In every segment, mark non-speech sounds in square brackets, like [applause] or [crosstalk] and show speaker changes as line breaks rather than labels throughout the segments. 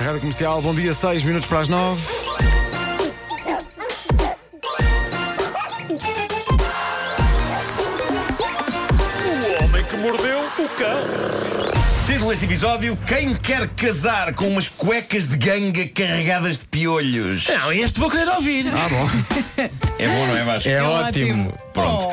Rádio Comercial, bom dia, 6 minutos para as 9.
O homem que mordeu o cão.
Título deste episódio: Quem quer casar com umas cuecas de ganga carregadas de piolhos?
Não, este vou querer ouvir.
Ah, bom.
É bom, não é, Vasco?
É ótimo.
Pronto.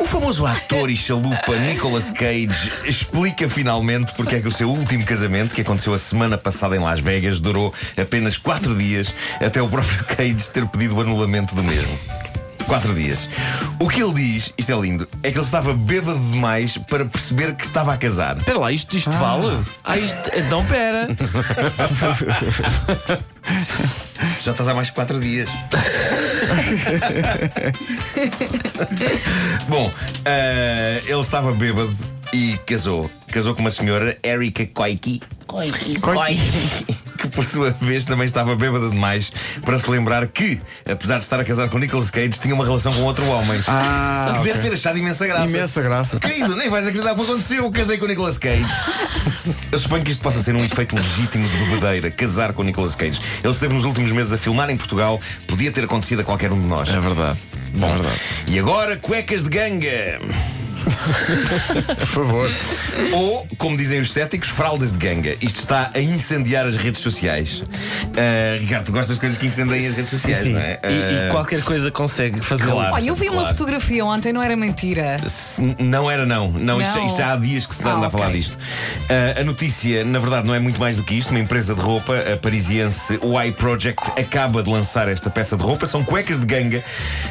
O famoso ator e chalupa Nicolas Cage explica finalmente porque é que o seu último casamento, que aconteceu a semana passada em Las Vegas, durou apenas 4 dias até o próprio Cage ter pedido o anulamento do mesmo. 4 dias. O que ele diz, isto é lindo, é que ele estava bêbado demais para perceber que estava a casar.
Espera lá, isto, isto vale? Ah, isto. Então pera.
Já estás há mais de 4 dias. Bom, eh, ele estava bêbado e casou. Casou com uma senhora, Erika Koiki. Que por sua vez também estava bêbada demais para se lembrar que, apesar de estar a casar com Nicolas Cage, tinha uma relação com outro homem.
Ah,
[laughs] que deve
ok.
ter achado imensa graça.
Imensa graça.
Querido, nem vais acreditar o que aconteceu. Eu casei com o Nicolas Cage. Eu suponho que isto possa ser um efeito legítimo de bebedeira, casar com o Nicolas Cage. Ele esteve nos últimos meses a filmar em Portugal, podia ter acontecido a qualquer um de nós.
É verdade. Bom,
E agora, cuecas de ganga.
Por favor.
Ou, como dizem os céticos, fraldas de ganga. Isto está a incendiar as redes sociais. Ah, Ricardo, tu gostas de coisas que incendiam as redes sociais, não é?
E,
Ah,
e qualquer coisa consegue fazer
Claro.
lá.
Olha, eu vi uma
Claro.
fotografia ontem, não era mentira.
Se- Não era, não. Não, Isto,
Não.
isto já há dias que se anda
Ah,
a falar
ok.
disto. Ah, a notícia, na verdade, não é muito mais do que isto. Uma empresa de roupa, a parisiense Y Project, acaba de lançar esta peça de roupa. São cuecas de ganga,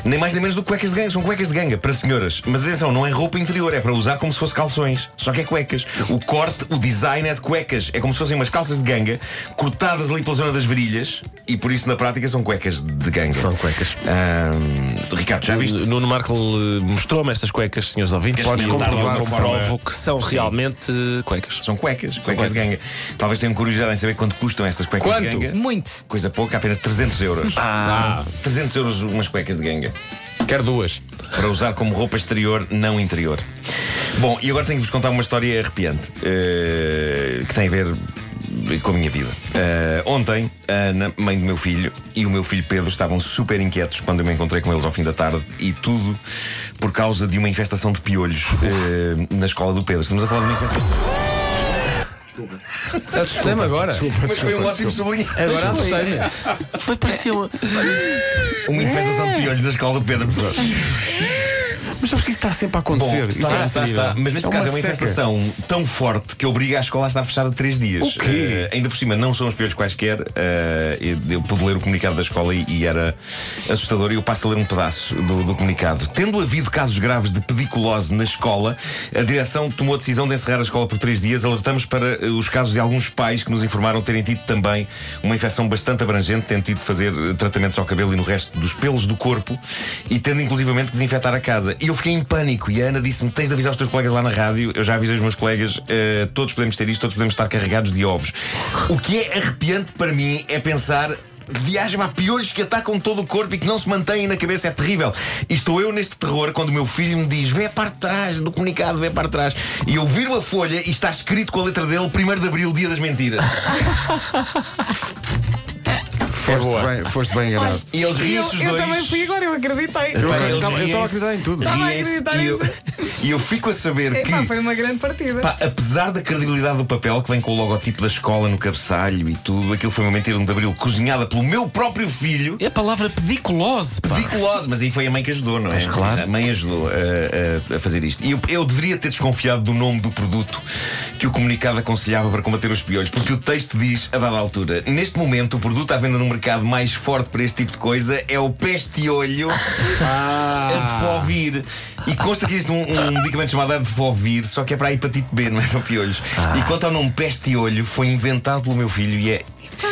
nem mais nem menos do que cuecas de ganga. São cuecas de ganga para senhoras. Mas atenção, não é roupa interior, é para usar como se fosse calções. Só que é cuecas. O corte, o design é de cuecas. É como se fossem umas calças de ganga cortadas ali pela zona das virilhas e por isso, na prática, são cuecas de ganga. São
cuecas.
Ricardo, já viste?
Nuno Marco eh, mostrou-me estas cuecas, senhores ouvintes.
Podes
e eu
comprovar de forma-
comprovo que são realmente eh, cuecas.
São cuecas, cuecas de ganga. Talvez tenham curiosidade em saber quanto custam estas cuecas
Quanto?
de ganga.
Muito.
Coisa pouca, apenas 300 euros.
Ah,
300 euros umas cuecas de ganga.
quero duas.
Para usar como roupa exterior, não interior. Bom, e agora tenho que vos contar uma história arrepiante eh, que tem a ver com a minha vida. Eh, ontem, a Ana, mãe do meu filho, e o meu filho Pedro estavam super inquietos quando eu me encontrei com eles ao fim da tarde e tudo por causa de uma infestação de piolhos eh, na escola do Pedro. Estamos a falar de uma infestação.
Assustei-me agora.
Mas foi um ótimo sublinhar.
Agora assustei-me. Foi pareceu.
É.
Uma infestação de piolhos na escola do Pedro.
Mas sabes que isso está sempre a acontecer.
Bom,
Isso
está,
é
está,
incrível.
está. Mas neste
É
caso é
uma
uma
seca.
infestação tão forte que obriga a escola a estar fechada três dias.
O quê?
Eh, ainda por cima, não são os piolhos quaisquer. eh, eu- eu pude ler o comunicado da escola e, e era assustador. E eu passo a ler um pedaço do, do comunicado. Tendo havido casos graves de pediculose na escola, a direção tomou a decisão de encerrar a escola por três dias. Alertamos para eh, os casos de alguns pais que nos informaram terem tido também uma infecção bastante abrangente, tendo tido de fazer eh, tratamentos ao cabelo e no resto dos pelos do corpo e tendo inclusivamente que desinfetar a casa. E eu fiquei em pânico e a Ana disse-me: tens de avisar os teus colegas lá na rádio. Eu já avisei os meus colegas, eh, todos podemos ter isto, todos podemos estar carregados de ovos. O que é arrepiante para mim é pensar. Viagem a piolhos que atacam todo o corpo e que não se mantêm na cabeça, é terrível. E estou eu neste terror quando o meu filho me diz: vê para trás do comunicado, vê para trás. E eu viro a folha e está escrito com a letra dele: 1 de abril, dia das mentiras.
Foste,
É boa.
bem, foste bem enganado.
E eles
Eu,
riem-se os
eu
dois.
também fui agora, eu acreditei.
Eu
Pá, eles
estava eu estava a
riem-se,
acreditar em tudo.
Estava a
riem-se
acreditar
e
em
eu- [laughs] E eu fico a saber que.
Epá, É, foi um- uma grande partida.
Pá, apesar da credibilidade do papel que vem com o logotipo da escola no cabeçalho e tudo, aquilo foi uma mentira de abril cozinhada pelo meu próprio filho.
É a palavra pediculose, pá.
Ridiculoso, mas aí foi a mãe que ajudou, não é?
Pois, claro.
A mãe ajudou a, a- a fazer isto. E eu, eu deveria ter desconfiado do nome do produto que o comunicado aconselhava para combater os piolhos, porque o texto diz, a dada altura, neste momento o produto à venda no mercado mais forte para este tipo de coisa é o [laughs] peste-olho Adfovir. E consta que existe um, um medicamento chamado Adfovir, só que Ah. é para a hepatite B, não é para piolhos. E quanto ao nome peste-olho, foi inventado pelo meu filho e é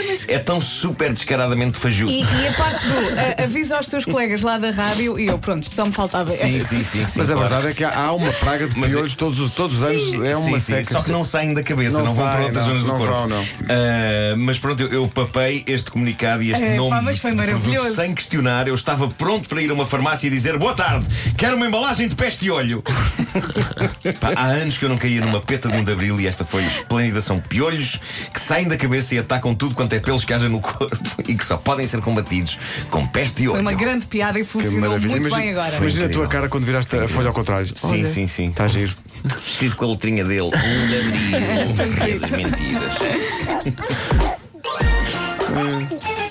mas-
É tão super descaradamente fajuto.
E, e a parte do a- avisa aos teus colegas lá da rádio e eu, pronto, só me faltava
Sim, sim, sim, sim.
Mas a
claro.
verdade é que há, há uma praga de
Mas é-
piolhos todos, os- todos os anos. É
Sim,
uma
sim,
seca.
Só que não saem da cabeça,
Não
não, vão para
saem,
outras
não,
zonas
não
do corpo.
vão, não.
Ah, mas pronto, eu, eu papei este comunicado e este
É, pá,
nome
mas foi
de
maravilhoso.
produto sem questionar. Eu estava pronto para ir a uma farmácia e dizer boa tarde, quero uma embalagem de peste e olho. Pá, há anos que eu não caía numa peta de um de abril e esta foi esplêndida. São piolhos que saem da cabeça e atacam tudo quanto é pelos que haja no corpo e que só podem ser combatidos com peste e olho.
Foi uma grande piada e
Que
funcionou muito
maravilha.
bem
Imagina,
agora.
imagina a tua
Incrível.
cara quando viraste a folha ao contrário.
Sim, sim, sim.
Está giro.
Escrito com a letrinha dele. Um de abril. Rei de mentiras.
O